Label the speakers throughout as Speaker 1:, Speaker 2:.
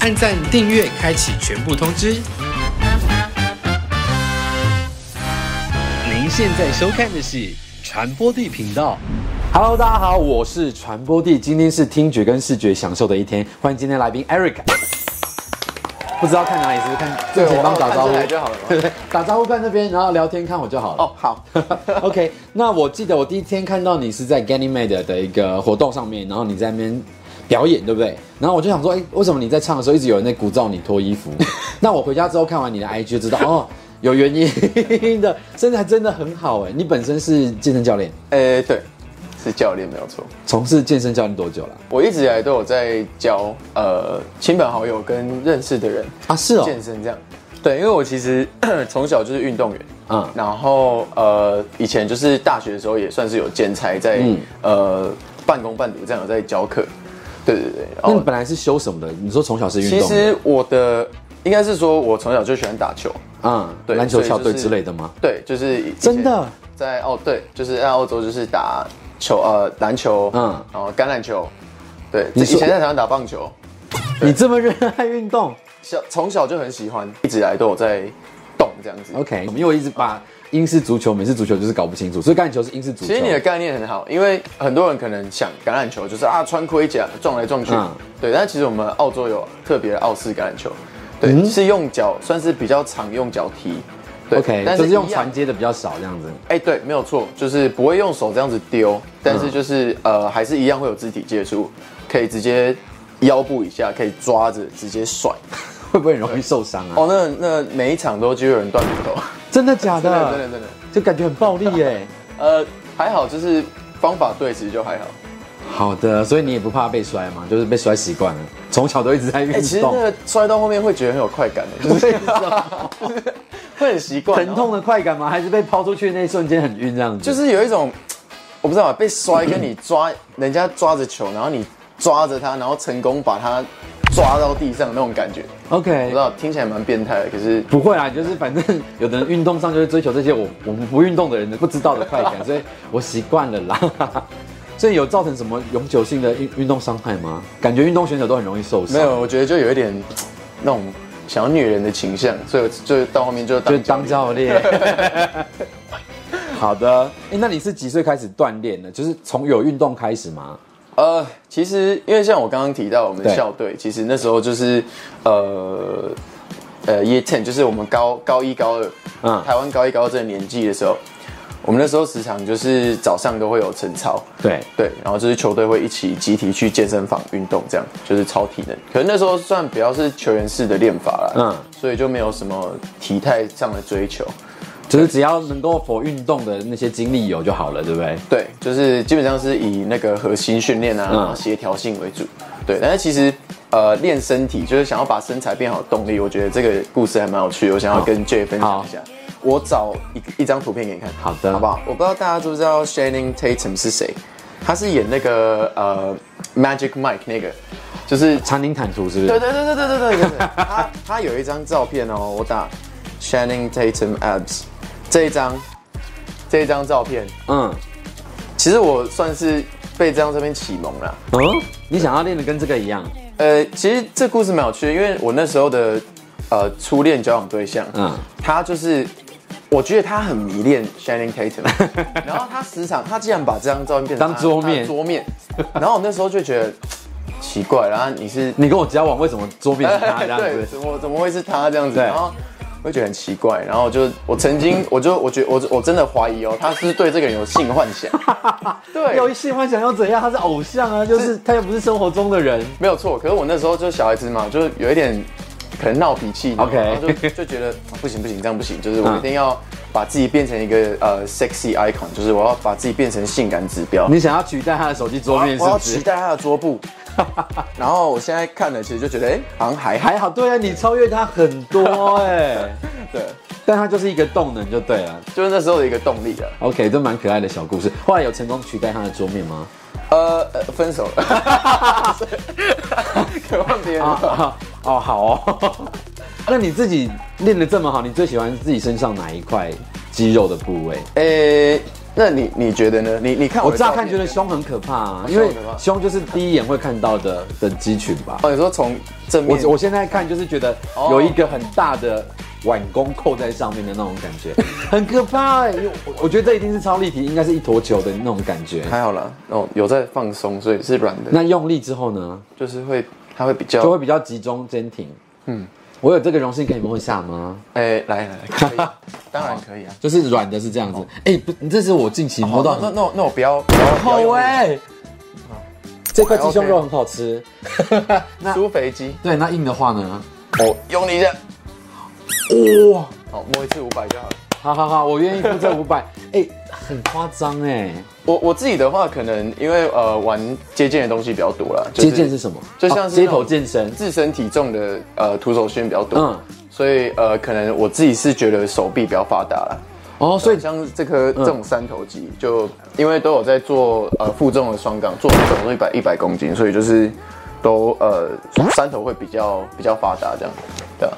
Speaker 1: 按赞、订阅、开启全部通知。您现在收看的是传播地频道。
Speaker 2: Hello，大家好，我是传播帝，今天是听觉跟视觉享受的一天，欢迎今天来宾 Eric。不知道看哪里，是不是看正前方打招呼
Speaker 3: 我看这台就好了嘛
Speaker 2: 对对，打招呼看这边，然后聊天看我就好了。
Speaker 3: 哦，好，
Speaker 2: OK，那我记得我第一天看到你是在 Ganymede 的一个活动上面，然后你在那边表演，对不对？然后我就想说，哎、为什么你在唱的时候一直有人在鼓噪你脱衣 服？那我回家之后看完你的 IG 就知道，哦，有原因的，身材真的很好哎。你本身是健身教练，
Speaker 3: 诶、对，是教练没有错。
Speaker 2: 从事健身教练多久了？
Speaker 3: 我一直以来都有在教呃亲朋好友跟认识的人
Speaker 2: 啊，是哦，
Speaker 3: 健身这样。对，因为我其实 从小就是运动员，
Speaker 2: 嗯
Speaker 3: 然后呃以前就是大学的时候也算是有兼差在、
Speaker 2: 嗯
Speaker 3: 呃半工半读这样有在教课。对对对，然
Speaker 2: 那你
Speaker 3: 后
Speaker 2: 本来是修什么的？你说从小是运
Speaker 3: 其
Speaker 2: 动的，
Speaker 3: 实我的应该是说我从小就喜欢打球，
Speaker 2: 嗯，
Speaker 3: 对
Speaker 2: 篮球
Speaker 3: 所以
Speaker 2: 校队
Speaker 3: 就是
Speaker 2: 之类的吗？
Speaker 3: 对，就是以
Speaker 2: 真的
Speaker 3: 以前在澳对，就是在澳洲就是打球呃篮球，
Speaker 2: 嗯
Speaker 3: 嗯，然后橄榄球，对，
Speaker 2: 你
Speaker 3: 以
Speaker 2: 说
Speaker 3: 前在台湾打棒球，
Speaker 2: 你这么热爱运动？
Speaker 3: 小从小就很喜欢，一直以来都有在动这样子。
Speaker 2: OK，因为我一直把英式足球、美式足球就是搞不清楚，所以橄榄球是英式足球。
Speaker 3: 其实你的概念很好，因为很多人可能想橄榄球就是啊穿盔甲撞来撞去，
Speaker 2: 嗯
Speaker 3: 对，但其实我们澳洲有特别的澳式橄榄球，对，
Speaker 2: 嗯
Speaker 3: 是用脚算是比较常用脚踢，对
Speaker 2: OK，
Speaker 3: 但
Speaker 2: 就是是用
Speaker 3: 一样
Speaker 2: 传接的比较少这样子。
Speaker 3: 哎、对，没有错，就是不会用手这样子丢，但
Speaker 2: 嗯
Speaker 3: 是就是、呃，还是一样会有肢体接触，可以直接腰部以下可以抓着直接甩。
Speaker 2: 会不会很容易受伤啊？哦
Speaker 3: 哦，那那每一场都几乎有人断骨头，
Speaker 2: 真的假
Speaker 3: 真的真
Speaker 2: 的
Speaker 3: 的？真的。
Speaker 2: 就感觉很暴力 耶。
Speaker 3: 呃，还好，就是方法对，其实就还好。
Speaker 2: 好的，所以你也不怕被摔嘛？就是被摔习惯了，从小都一直 在运
Speaker 3: 哎、其实那
Speaker 2: 动，
Speaker 3: 个摔到后面会觉得很有快感的，就是
Speaker 2: 为什么
Speaker 3: 会很习惯
Speaker 2: 疼，痛的快感吗？还是被抛出去那一瞬间很晕这样子？
Speaker 3: 就是有一种我不知道被摔跟你抓 人家抓着球，然后你抓着他，然后成功把他抓到地上那种感觉。我
Speaker 2: OK
Speaker 3: 知。道听起来蛮变态的，可是
Speaker 2: 不会啦，啊就是反正有的人运动上就是追求这些我我们不运动的人不知道的快感，所以我习惯了啦。 所以有造成什么永久性的运运动伤害吗？感觉运动选手都很容易受伤，
Speaker 3: 没有，我觉得就有一点那种想要虐人的倾向，所以我就到后面就
Speaker 2: 就
Speaker 3: 当
Speaker 2: 当
Speaker 3: 教
Speaker 2: 教练。好的，哎、那你是几岁开始锻炼的？就是从有运动开始吗？
Speaker 3: 练呃，其实因为像我刚刚提到我们
Speaker 2: 对
Speaker 3: 校队，其实那时候就是呃呃 Year Ten，就是我们高高一高二，
Speaker 2: 嗯
Speaker 3: 台湾高一高二这个年纪的时候，我们那时候时常就是早上都会有晨操。
Speaker 2: 对，
Speaker 3: 对，然后就是球队会一起集体去健身房运动，这样就是超体能。可是那时候算比较是球员式的练法啦，
Speaker 2: 嗯
Speaker 3: 嗯，所以就没有什么体态上的追求。
Speaker 2: 就是只要能够否运动的那些经历有就好了，对不对？
Speaker 3: 对，就是基本上是以那个核心训练啊、
Speaker 2: 嗯
Speaker 3: 然后协调性为主。对，但是其实呃，练身体就是想要把身材变好的动力，我觉得这个故事还蛮有趣的，我想要跟 J 分享一下。我找一一张图片给你看，
Speaker 2: 好的
Speaker 3: 好不好？我不知道大家知不知道 Shannon Tatum 是谁，他是演那个呃 Magic Mike 那个，就是
Speaker 2: 餐厅坦途是不
Speaker 3: 对
Speaker 2: 是？
Speaker 3: 对对对对对对对，他他有一张照片哦，我打 Shannon Tatum abs 这一张这一张照片，
Speaker 2: 嗯
Speaker 3: 其实我算是被这张照片启蒙了。
Speaker 2: 嗯，你想要练的跟这个一样，
Speaker 3: 呃，其实这故事蛮有趣的，因为我那时候的呃初恋交往对象，
Speaker 2: 嗯
Speaker 3: 嗯，他就是我觉得他很迷恋 Shannon Tatum，然后他时常他竟然把这张照片变成
Speaker 2: 当
Speaker 3: 他
Speaker 2: 桌面
Speaker 3: 他的桌面，然后我那时候就觉得嗯奇怪，然后你是
Speaker 2: 你跟我交往为什么桌面是他这样
Speaker 3: 对，
Speaker 2: 子？
Speaker 3: 怎么怎么会是他这样子？
Speaker 2: 对
Speaker 3: 然后我就觉得很奇怪，然后我就我曾经我就我觉我我真的怀疑哦，他是不是对这个人有性幻 想？对，
Speaker 2: 有一性幻想又怎样？他是偶像啊，就是他又不是生活中的人。
Speaker 3: 没有错。可是我那时候就小孩子嘛，就是有一点可能闹脾气
Speaker 2: OK
Speaker 3: 然后就就觉得啊不行不行，这样不行，就是我
Speaker 2: 嗯
Speaker 3: 一定要把自己变成一个呃 sexy icon，就是我要把自己变成性感指标。
Speaker 2: 你想要取代他的手机桌面是
Speaker 3: 我要
Speaker 2: 不
Speaker 3: 取
Speaker 2: 是？
Speaker 3: 代他的 桌布，然后我现在看了，其实就觉得哎、好像还好。
Speaker 2: 还好，对啊，你超越他很多哎、
Speaker 3: 对，
Speaker 2: 但他就是一个动能就对了。
Speaker 3: 就是那时候的一个动力啊了。
Speaker 2: OK，这蛮可爱的小故事。后来有成功取代他的桌面吗？
Speaker 3: 呃，呃分手了， 渴望别人
Speaker 2: 啊
Speaker 3: 吧。
Speaker 2: 啊哦，好哦。 那你自己练得这么好，你最喜欢自己身上哪一块肌肉的部位？
Speaker 3: 诶、那你你觉得呢？你你看
Speaker 2: 我
Speaker 3: 我的
Speaker 2: 乍
Speaker 3: 照片
Speaker 2: 看觉得胸很可怕啊，因为胸就是第一眼会看到的的肌群吧。
Speaker 3: 哦，你说从正面
Speaker 2: 我我现在看就是觉得
Speaker 3: 哦
Speaker 2: 有一个很大的碗弓扣在上面的那种感觉， 很可怕哎、因为我我觉得这一定是超立体，应该是一坨球的那种感觉。
Speaker 3: 还好啦，哦，有在放松，所以是软的，
Speaker 2: 那用力之后呢，
Speaker 3: 就是会它会比较
Speaker 2: 就会比较集中坚挺。嗯，我有这个荣幸可以摸一下吗？
Speaker 3: 哎、来来来，可以，当然可以啊。
Speaker 2: 就是软的是这样子，哎、不，你这是我近期摸
Speaker 3: 好啊
Speaker 2: 到
Speaker 3: 那
Speaker 2: 很
Speaker 3: 哦那那我那我不要不要不要
Speaker 2: 好
Speaker 3: 用力
Speaker 2: 哎、这块鸡胸
Speaker 3: OK
Speaker 2: 肉很好 吃。那
Speaker 3: 酥肥鸡，
Speaker 2: 对，那硬的话呢？
Speaker 3: 我用力一下，
Speaker 2: 哇、
Speaker 3: 好摸一次五百就好了。
Speaker 2: 好好好，我愿意付这五百。哎，很夸张哎。
Speaker 3: 我我自己的话，可能因为呃玩接剑的东西比较多啦，就
Speaker 2: 接健是什么？
Speaker 3: 就像
Speaker 2: 哦
Speaker 3: 是
Speaker 2: 街头健身。
Speaker 3: 自身体重的呃徒手训比较多，
Speaker 2: 嗯，
Speaker 3: 所以呃可能我自己是觉得手臂比较发达啦。
Speaker 2: 哦，所
Speaker 3: 所
Speaker 2: 以
Speaker 3: 以像这颗这种三头肌，就因为都有在做呃负重的双杠，做总重一百一百公斤，所以就是都呃三头会比较比较发达这样，对啊。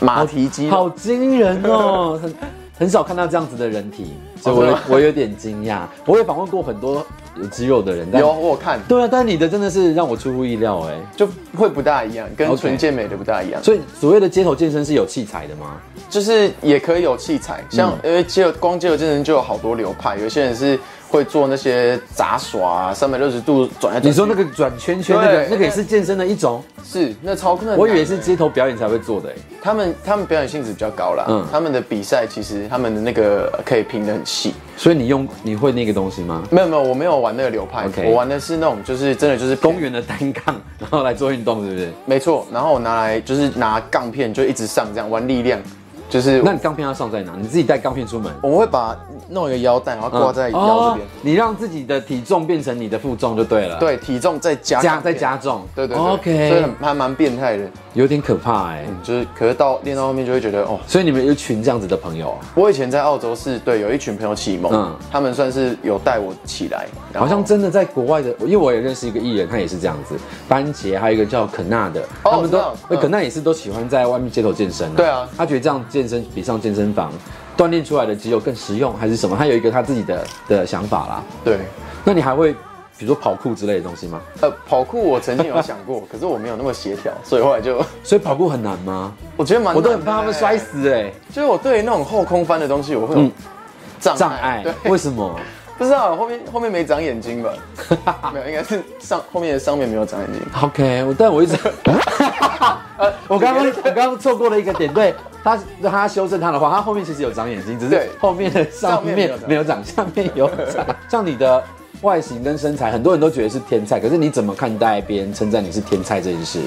Speaker 3: 马蹄肌
Speaker 2: 好惊人 哦，很很少看到这样子的人体，所以
Speaker 3: 哦真的
Speaker 2: 我
Speaker 3: 吗
Speaker 2: 我有点惊讶。我也访问过很多有肌肉的人，但
Speaker 3: 有我有看，
Speaker 2: 对啊，但你的真的是让我出乎意料哎。
Speaker 3: 就会不大一样，跟
Speaker 2: OK
Speaker 3: 纯健美的不大一样。
Speaker 2: 所以所谓的街头健身是有器材的吗？
Speaker 3: 就是也可以有器材，像
Speaker 2: 嗯
Speaker 3: 因为肌肉光肌肉健身就有好多流派，有些人是会做那些杂耍啊，三百六十度转来转去。
Speaker 2: 你说那个转圈圈那个
Speaker 3: 对
Speaker 2: 那个也是健身的一种，
Speaker 3: 是那超困难的，
Speaker 2: 我以为是街头表演才会做的哎。
Speaker 3: 他们他们表演性质比较高啦，
Speaker 2: 嗯
Speaker 3: 他们的比赛其实他们的那个可以拼得很细。
Speaker 2: 所以你用你会那个东西吗？
Speaker 3: 没有没有，我没有玩那个流派
Speaker 2: OK
Speaker 3: 我玩的是那种就是真的就是偏
Speaker 2: 公，园的单杠， 然后来做运动是不是？
Speaker 3: 没错。然后我拿来就是拿杠片就一直上这样玩力量，就是
Speaker 2: 那你钢片要上在哪？你自己带钢片出门，
Speaker 3: 我们会把弄一个腰带，然后挂在腰这边
Speaker 2: 哦，你让自己的体重变成你的负重就对了。，
Speaker 3: 对，体重再加
Speaker 2: 加
Speaker 3: 杠片
Speaker 2: 再加，重。
Speaker 3: 对对对所以
Speaker 2: ，OK，
Speaker 3: 很还蛮变态的，
Speaker 2: 有点可怕哎。
Speaker 3: 就是可是到练到后面就会觉得哦。
Speaker 2: 所以你们有一群这样子的朋友，啊
Speaker 3: 我以前在澳洲是对有一群朋友启蒙，
Speaker 2: 嗯
Speaker 3: 他们算是有带我起来，然
Speaker 2: 好
Speaker 3: 后
Speaker 2: 像真的在国外的，因为我也认识一个艺人，他也是这样子。番茄还有一个叫肯纳的，
Speaker 3: 哦
Speaker 2: 他们都
Speaker 3: 我知道
Speaker 2: 对
Speaker 3: 嗯
Speaker 2: 肯纳也是都喜欢在外面街头健身。
Speaker 3: 对啊
Speaker 2: 他觉得这样健身比上健身房锻炼出来的肌肉更实用，还是什么？他有一个他自己的的想法啦。
Speaker 3: 对，
Speaker 2: 那你还会比如说跑酷之类的东西吗？
Speaker 3: 呃，跑酷我曾经有想 过，可是我没有那么协调，所以后来就
Speaker 2: 所以跑步很难吗？
Speaker 3: 我觉得蛮，欸
Speaker 2: 我都很怕他们摔。死哎、
Speaker 3: 就是我对那种后空翻的东西，我会有
Speaker 2: 嗯
Speaker 3: 障碍
Speaker 2: 障碍
Speaker 3: 对，，
Speaker 2: 为什么？
Speaker 3: 不知道后面后面没长眼睛吧？ 没有，应该是上后面的上面没有长眼睛。
Speaker 2: OK，我但我一 直，呃我刚刚我刚刚错过了一个点，对他他修正他的话，他后面其实有长眼睛，只是
Speaker 3: 对
Speaker 2: 后面的上
Speaker 3: 上面没
Speaker 2: 面
Speaker 3: 有长
Speaker 2: 没有长，下面有 长。像你的外形跟身材，很多人都觉得是天才，可是你怎么看待别人称赞你是天才这件事？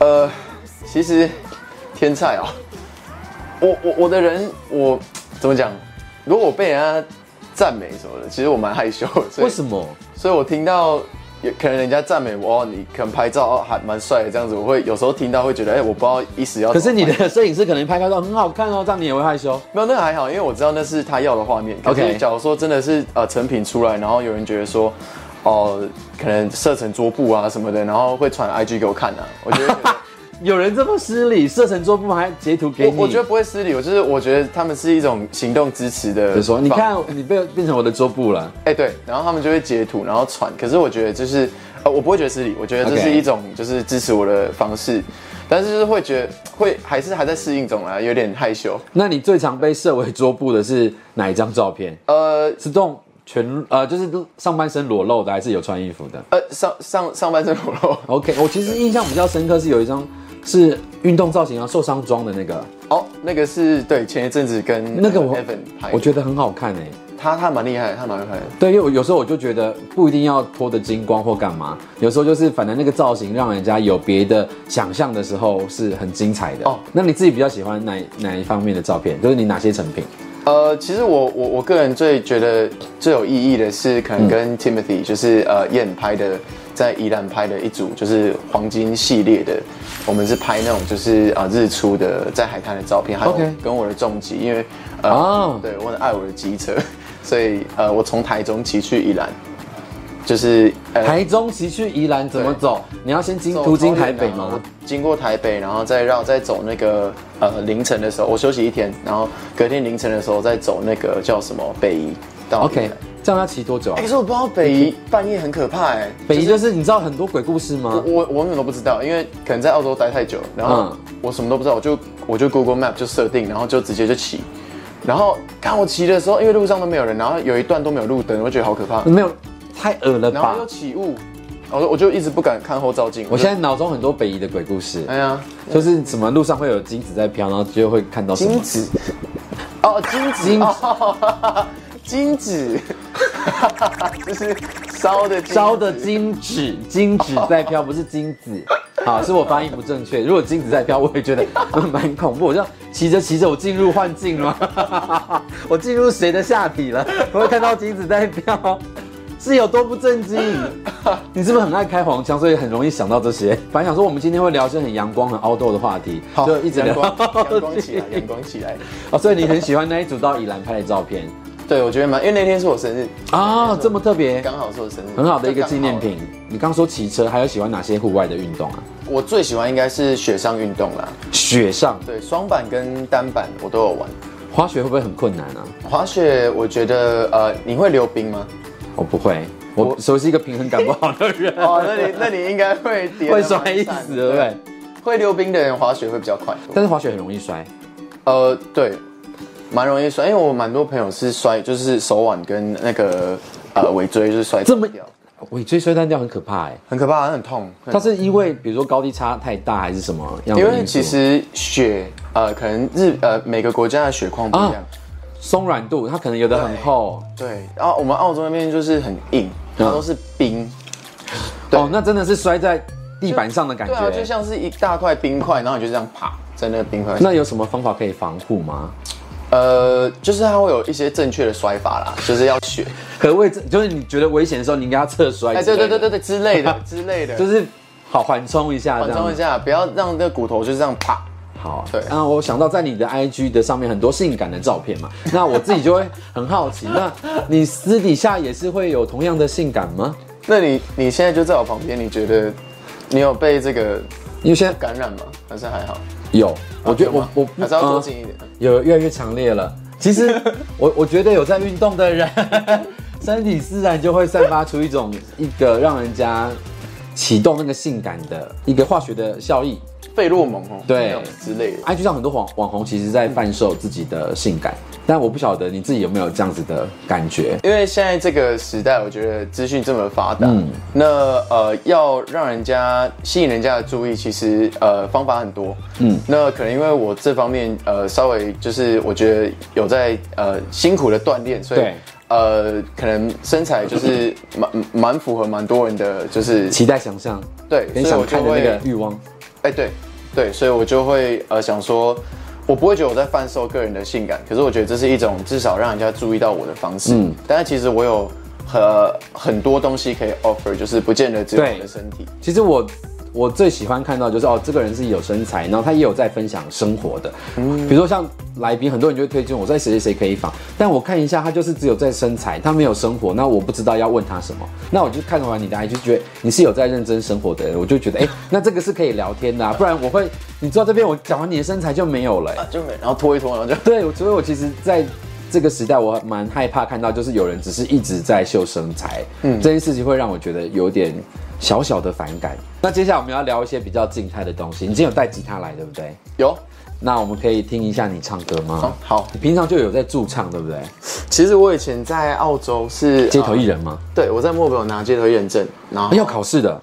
Speaker 3: 呃，其实天菜啊、我我我的人，我怎么讲？如果我被人家赞美什么的，其实我蛮害羞的。所以
Speaker 2: 为什么？
Speaker 3: 所以我听到有可能人家赞美我，哦，你可能拍照哦还蛮帅的这样子，我会有时候听到会觉得，哎、我不知道一时要
Speaker 2: 可
Speaker 3: 怎么办。
Speaker 2: 是你的摄影师可能拍拍照很好看哦，这样你也会害羞。
Speaker 3: 没有，那个还好，因为我知道那是他要的画面。可
Speaker 2: OK
Speaker 3: 是假如说真的是呃成品出来，然后有人觉得说，哦、可能设成桌布啊什么的，然后会传 IG 给我看啊，我觉得
Speaker 2: 有人这么失礼，设成桌布还截图 给你，
Speaker 3: 我我觉得不会失礼，我就是我觉得他们是一种行动支持的方。
Speaker 2: 就说你看你被变成我的桌布了。
Speaker 3: 哎、对，然后他们就会截图，然后传。可是我觉得就是，呃，我不会觉得失礼，我觉得这
Speaker 2: OK
Speaker 3: 是一种就是支持我的方式，但是就是会觉得会还是还在适应中啊，有点害羞。
Speaker 2: 那你最常被设为桌布的是哪一张照片？
Speaker 3: 呃
Speaker 2: 是这种全呃，就是上半身裸露的，还是有穿衣服的
Speaker 3: 呃，上上上半身裸露。
Speaker 2: ？OK，我其实印象比较深刻是有一张是运动造型啊，受伤装的那个，
Speaker 3: 哦，那个是对前一阵子跟
Speaker 2: 那个我
Speaker 3: Evan 拍的，
Speaker 2: 我觉得很好看哎、
Speaker 3: 他他蛮厉害的，他蛮厉害的。
Speaker 2: 对，因为我有时候我就觉得不一定要脱得精光或干嘛，有时候就是反正那个造型让人家有别的想象的时候是很精彩的。哦
Speaker 3: 哦，
Speaker 2: 那你自己比较喜欢哪哪一方面的照片？就是你哪些成品？
Speaker 3: 呃，其实我我我个人最觉得最有意义的是，可能跟 Timothy 就是呃燕拍的，在宜兰拍的一组就是黄金系列的，我们是拍那种就是啊、呃日出的在海滩的照片，还有
Speaker 2: OK
Speaker 3: 跟我的重机，因为呃、
Speaker 2: 哦
Speaker 3: 对我很爱我的机车，所以呃我从台中骑去宜兰，就是呃
Speaker 2: 台中骑去宜兰怎么走？你要先经
Speaker 3: 走
Speaker 2: 途经
Speaker 3: 桃
Speaker 2: 台
Speaker 3: 园
Speaker 2: 北
Speaker 3: 啊
Speaker 2: 吗？
Speaker 3: 我经过台北，然后再绕，再走那个呃凌晨的时候，我休息一天，然后隔天凌晨的时候再走那个叫什么北宜到宜
Speaker 2: OK，
Speaker 3: 兰
Speaker 2: 这样要骑多久啊
Speaker 3: 哎、可？是我不知道北宜半夜很可怕哎、
Speaker 2: 北宜就是你知道很多鬼故事
Speaker 3: 我
Speaker 2: 吗？
Speaker 3: 我我永远都不知道，因为可能在澳洲待太久了，然后
Speaker 2: 嗯
Speaker 3: 我什么都不知道，我就我就 Google Map 就设定，然后就直接就骑，然后看我骑的时候，因为路上都没有人，然后有一段都没有路灯，我觉得好可怕，
Speaker 2: 没有，太恶了
Speaker 3: 然后
Speaker 2: 吧
Speaker 3: 又！起雾，我就我就一直不敢看后照镜，
Speaker 2: 我
Speaker 3: 就
Speaker 2: 现在脑中很多北宜的鬼故事，
Speaker 3: 哎呀，
Speaker 2: 就是什么路上会有金子在飘，然后就会看到什么
Speaker 3: 金子，哦，金子，
Speaker 2: 金子
Speaker 3: 哦金子， 就是烧的金子
Speaker 2: 烧的金纸，金纸在飘，不是金子。好，是我发音不正确。如果金子在飘，我也觉得 蛮恐怖。我这样骑着骑着，我进入幻境了， 我进入谁的下体了？我会看到金子在飘，是有多不正经？你是不是很爱开黄腔，所以很容易想到这些？本来想说我们今天会聊一些很阳光、很 outdoor 的话题，
Speaker 3: 好，
Speaker 2: 就一直
Speaker 3: 阳
Speaker 2: 聊
Speaker 3: 光，阳光起 来，
Speaker 2: 啊、
Speaker 3: 阳光起来。
Speaker 2: 哦所以你很喜欢那一组到宜兰拍的照片
Speaker 3: 对，我觉得蛮，因为那天是我生日，
Speaker 2: 啊，这么特别，
Speaker 3: 刚好是我生日，
Speaker 2: 很好的一个
Speaker 3: 就刚
Speaker 2: 纪念品。你刚说骑车，还有喜欢哪些户外的运动啊？
Speaker 3: 我最喜欢应该是雪上运动啦，
Speaker 2: 雪上
Speaker 3: 对，双板跟单板我都有玩。
Speaker 2: 滑雪会不会很困难啊？
Speaker 3: 滑雪，我觉得呃，你会溜冰吗？
Speaker 2: 我哦不会，我所以是一个平衡感不好的人，
Speaker 3: 哦，那 你那你应该会跌得
Speaker 2: 会
Speaker 3: 蛮
Speaker 2: 摔
Speaker 3: 惨的，
Speaker 2: 死，对不对？
Speaker 3: 会溜冰的人滑雪会比较快。
Speaker 2: 但是滑雪很容易摔，
Speaker 3: 呃，对，蛮容易摔，因为我蛮多朋友是摔，就是手腕跟那个呃尾椎就是摔
Speaker 2: 这么
Speaker 3: 掉，
Speaker 2: 尾椎摔断掉很可怕哎、
Speaker 3: 很可怕，很痛。很
Speaker 2: 它是因为比如说高低差太大还是什么样的
Speaker 3: 因
Speaker 2: 因素？
Speaker 3: 为其实雪呃，可能日呃每个国家的雪况不一样，
Speaker 2: 啊松软度，它可能有的很厚
Speaker 3: 对，然后我们澳洲那边就是很硬，
Speaker 2: 啊
Speaker 3: 它都是冰，对
Speaker 2: 哦，那真的是摔在地板上的感
Speaker 3: 对啊，就
Speaker 2: 觉。
Speaker 3: 像是一大块冰块，然后你就这样啪在那个冰块上。
Speaker 2: 那有什么方法可以防护吗？
Speaker 3: 呃，就是它会有一些正确的摔法啦，就是要学，
Speaker 2: 何谓这就是你觉得危险的时候，你应该要侧摔
Speaker 3: 哎，
Speaker 2: 之
Speaker 3: 对
Speaker 2: 类的。
Speaker 3: 对对对对之类的之类的，就
Speaker 2: 就是是好缓冲一下，
Speaker 3: 缓
Speaker 2: 这样
Speaker 3: 冲一下，不要让那个骨头就是这样啪。
Speaker 2: 好，啊
Speaker 3: 对
Speaker 2: 那我想到在你的 IG 的上面很多性感的照片 嘛，那我自己就会很好奇，那你私底下也是会有同样的性感吗？
Speaker 3: 那你你现在就在我旁边，你觉得你有被这个
Speaker 2: 因为现在
Speaker 3: 感染吗？还是还好？
Speaker 2: 有，我觉得
Speaker 3: 有
Speaker 2: 我
Speaker 3: 吗
Speaker 2: 我
Speaker 3: 还是要
Speaker 2: 呃
Speaker 3: 坐近一点。
Speaker 2: 有越来越强烈了。其 实我我觉得有在运动的人， 身体自然就会散发出一种一个让人家启动那个性感的一个化学的效益。
Speaker 3: 费洛蒙哦，
Speaker 2: 对
Speaker 3: 那种之类的。
Speaker 2: IG 上很多网网红其实在贩售自己的性感，但我不晓得你自己有没有这样子的感觉。
Speaker 3: 因为现在这个时代，我觉得资讯这么发达，
Speaker 2: 嗯
Speaker 3: 那呃，要让人家吸引人家的注意，其实呃方法很多。
Speaker 2: 嗯
Speaker 3: 嗯，那可能因为我这方面呃稍微就是我觉得有在呃辛苦的锻炼，所以
Speaker 2: 对
Speaker 3: 呃可能身材就是蛮蛮符合蛮多人的，就是
Speaker 2: 期待想象，
Speaker 3: 对，
Speaker 2: 很
Speaker 3: 所以
Speaker 2: 想
Speaker 3: 我就
Speaker 2: 看的那
Speaker 3: 会
Speaker 2: 个欲望。
Speaker 3: 哎、对对，所以我就会呃想说，我不会觉得我在贩售个人的性感，可是我觉得这是一种至少让人家注意到我的方式。
Speaker 2: 嗯
Speaker 3: 嗯，但是其实我有很很多东西可以 offer，就是不见得只有
Speaker 2: 对
Speaker 3: 我的身体。
Speaker 2: 其实我我最喜欢看到就是哦，这个人是有身材，然后他也有在分享生活的。
Speaker 3: 嗯
Speaker 2: 比如说像来宾，很多人就会推荐我在哎谁谁谁可以访，但我看一下他就是只有在身材，他没有生活，那我不知道要问他什么。那我就看完你的 IG，觉得你是有在认真生活的人，我就觉得哎、那这个是可以聊天的、啊，不然我会，你知道这边我讲完你的身材就没有了、哎
Speaker 3: 啊，就没，然后拖一拖，然后就
Speaker 2: 对，所以我其实在这个时代，我蛮害怕看到，就是有人只是一直在秀身材，嗯，这件事情会让我觉得有点小小的反感。那接下来我们要聊一些比较静态的东西。你今天有带吉他来，对不对？
Speaker 3: 有。
Speaker 2: 那我们可以听一下你唱歌吗？
Speaker 3: 哦好，
Speaker 2: 你平常就有在驻唱，对不对？
Speaker 3: 其实我以前在澳洲是
Speaker 2: 街头艺
Speaker 3: 人，
Speaker 2: 人吗？哦
Speaker 3: 对我在墨尔本有拿街头艺人证，然后
Speaker 2: 要考试的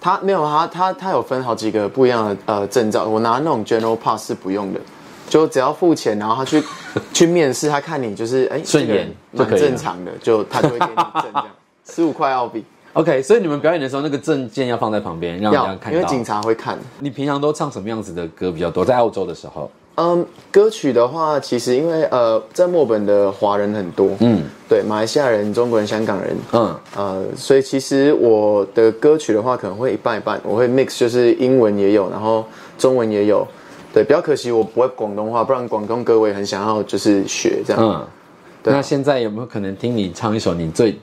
Speaker 3: 他没有他他他有分好几个不一样的呃证照，我拿那种 general pass 是不用的，就只要付钱，然后他去 去面试，他看你就是哎
Speaker 2: 顺眼
Speaker 3: 这
Speaker 2: 就
Speaker 3: 个
Speaker 2: 可以了
Speaker 3: 人蛮正常的，就他就会给你证 这样，十五块澳币
Speaker 2: ，OK。所以你们表演的时候，那个证件要放在旁边，让人
Speaker 3: 要
Speaker 2: 家，看
Speaker 3: 因为
Speaker 2: 到。
Speaker 3: 警察会看。
Speaker 2: 你平常都唱什么样子的歌比较多？在澳洲的时候，
Speaker 3: 嗯，歌曲的话，其实因为呃在墨尔本的华人很多，嗯，对，马来西亚人、中国人、香港人，
Speaker 2: 嗯，
Speaker 3: 呃，所以其实我的歌曲的话，可能会一半一半，我会 mix，就是英文也有，然后中文也有。对，比较可惜我不会广东话，不然广东歌我也很想要就是学这样。
Speaker 2: 嗯，
Speaker 3: 对哦
Speaker 2: 那现在有没有可能听你唱一首你最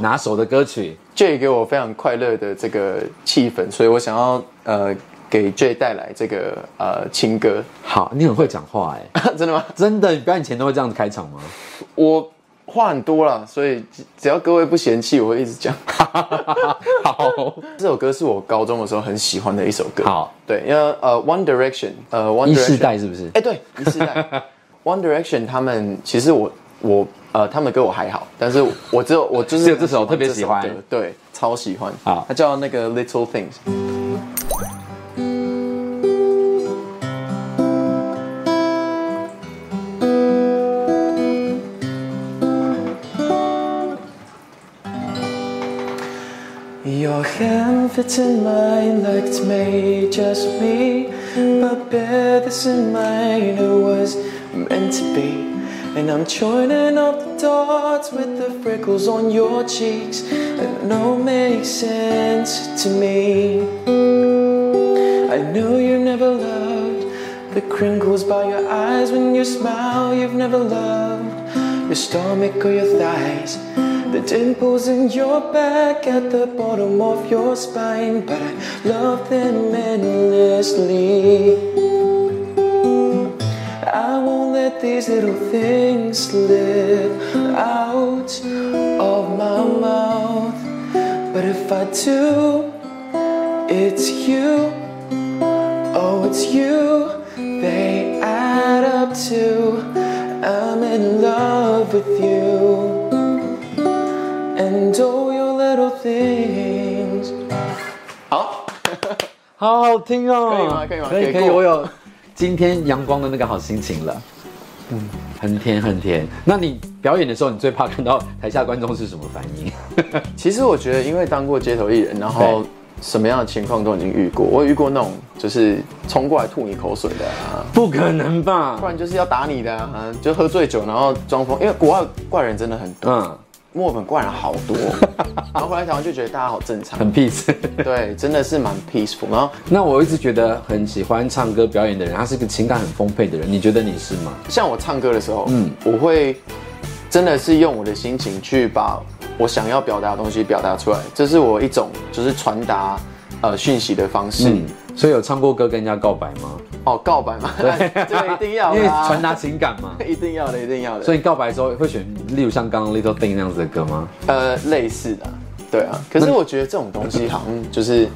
Speaker 2: 拿手的歌曲。
Speaker 3: J 给我非常快乐的这个气氛，所以我想要呃给 J 带来这个呃情歌，
Speaker 2: 好，你很会讲话哎、
Speaker 3: 真的吗？
Speaker 2: 真的，你表演前都会这样子开场吗？
Speaker 3: 我话很多啦，所以只只要各位不嫌弃，我会一直讲。
Speaker 2: 好，
Speaker 3: 这首歌是我高中的时候很喜欢的一首歌。
Speaker 2: 好，
Speaker 3: 对，因为呃 One Direction，呃 One
Speaker 2: 一
Speaker 3: Direction，
Speaker 2: 世代是不是？
Speaker 3: 哎、对，一 世代 One Direction 他们其实我我呃他们歌我还好，但是我只有我就 是
Speaker 2: 只有这首特别
Speaker 3: 这首
Speaker 2: 喜欢
Speaker 3: 歌对，超喜欢。
Speaker 2: 好
Speaker 3: 它叫那个 Little Things。Your hand fits in mine like it's made just for me. But bear this in mind, it was meant to be. And I'm joining up the dots with the freckles on your cheeks. That no makes sense to me. I know you never loved the crinkles by your eyes when you smile. You've never loved your stomach or your thighs, the dimples in your back at the bottom of your spine. But I love them endlessly. I won't let these little things slip out of my mouth. But if I do, it's you. Oh, it's you they add up to. I'm in love with you. And all your little things. 好，
Speaker 2: 好好听哦，
Speaker 3: 可以吗可以吗
Speaker 2: 可以
Speaker 3: 给
Speaker 2: 可以，
Speaker 3: 过
Speaker 2: 我有今天阳光的那个好心情了，嗯，很甜很甜。那你表演的时候，你最怕看到台下观众是什么反应？
Speaker 3: 其实我觉得，因为当过街头艺人，然后
Speaker 2: 对
Speaker 3: 什么样的情况都已经遇过。我有遇过那种就是冲过来吐你口水的啊，
Speaker 2: 不可能吧
Speaker 3: 不？然就是要打你的啊，就喝醉酒然后装疯。因为国外怪人真的很多，
Speaker 2: 嗯，
Speaker 3: 墨尔本怪人好 多，然后回来台湾就觉得大家好正 常。
Speaker 2: 很 peace。
Speaker 3: 对，真的是蛮 peaceful。然后
Speaker 2: 那我一直觉得很喜欢唱歌表演的人，他是个情感很丰沛的人。你觉得你是吗？
Speaker 3: 像我唱歌的时候，嗯，我会真的是用我的心情去把我想要表达的东西表达出来，这是我一种就是传达呃讯息的方式。
Speaker 2: 嗯，所以有唱过歌跟人家告白吗？
Speaker 3: 哦，告白 嘛，哎这个一定要
Speaker 2: 因为
Speaker 3: 的啊
Speaker 2: 传达情感嘛。
Speaker 3: 一定要的，一定要的。
Speaker 2: 所
Speaker 3: 所以
Speaker 2: 以你告白的时候会选，例如像刚刚 Little Thing 那样子的歌吗？
Speaker 3: 呃，类似的啊，对啊。可是我觉得这种东西好像就是。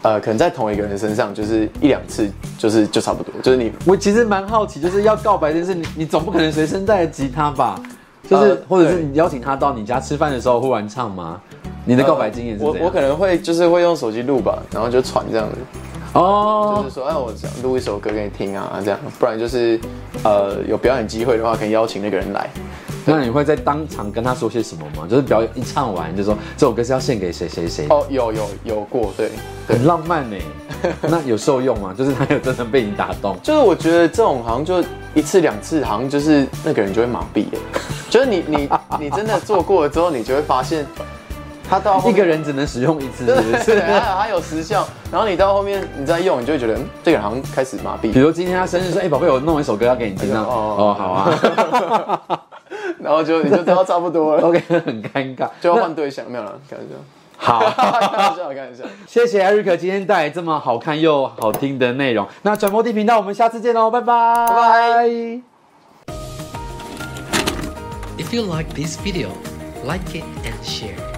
Speaker 3: 呃，可能在同一个人身上，就是一两次，就是就差不多，就是你
Speaker 2: 我其实蛮好奇，就是要告白这件事，你你总不可能随身带着吉他吧？就是、
Speaker 3: 呃
Speaker 2: 或者是
Speaker 3: 对
Speaker 2: 你邀请他到你家吃饭的时候忽然唱吗？你的告白经验是
Speaker 3: 我
Speaker 2: 怎样？
Speaker 3: 呃我可能会就是会用手机录吧，然后就传这样子。
Speaker 2: 哦
Speaker 3: 就是，说，哎，我想录一首歌给你听啊，这样，不然就是，呃，有表演机会的话，可以邀请那个人来。
Speaker 2: 那你会在当场跟他说些什么吗？就是表演一唱完就说这首歌是要献给谁谁谁，
Speaker 3: 哦，有有有过，对，
Speaker 2: 很浪 漫呢。那有受用吗？就是他有真的被你打动？
Speaker 3: 就是我觉得这种好像就一次两次，好像就是那个人就会麻痹耶，就是你你你真的做过了之后，你就会发现，他到后
Speaker 2: 一
Speaker 3: 面
Speaker 2: 个。人只能使用一次，
Speaker 3: 对
Speaker 2: 是不
Speaker 3: 对，
Speaker 2: 是？
Speaker 3: 他他有时效，然后你到后面你再用，你就会觉得，嗯，这个人好像开始麻
Speaker 2: 比
Speaker 3: 痹，
Speaker 2: 如今天他生日说，哎、宝贝，我弄一首歌要给你听啊。
Speaker 3: 哎呦
Speaker 2: 哦
Speaker 3: 哦
Speaker 2: 好啊
Speaker 3: 然后就你就知道差不多了，
Speaker 2: ，OK，很尴尬。
Speaker 3: 就要换对象，没有了，开玩笑，
Speaker 2: 好。
Speaker 3: 开玩笑，开玩笑，
Speaker 2: 谢谢 Eric 今天带来这么好看又好听的内容。那转播地频道，我们下次见喽，拜拜，
Speaker 3: 拜拜。
Speaker 1: If you like this video, like it and share.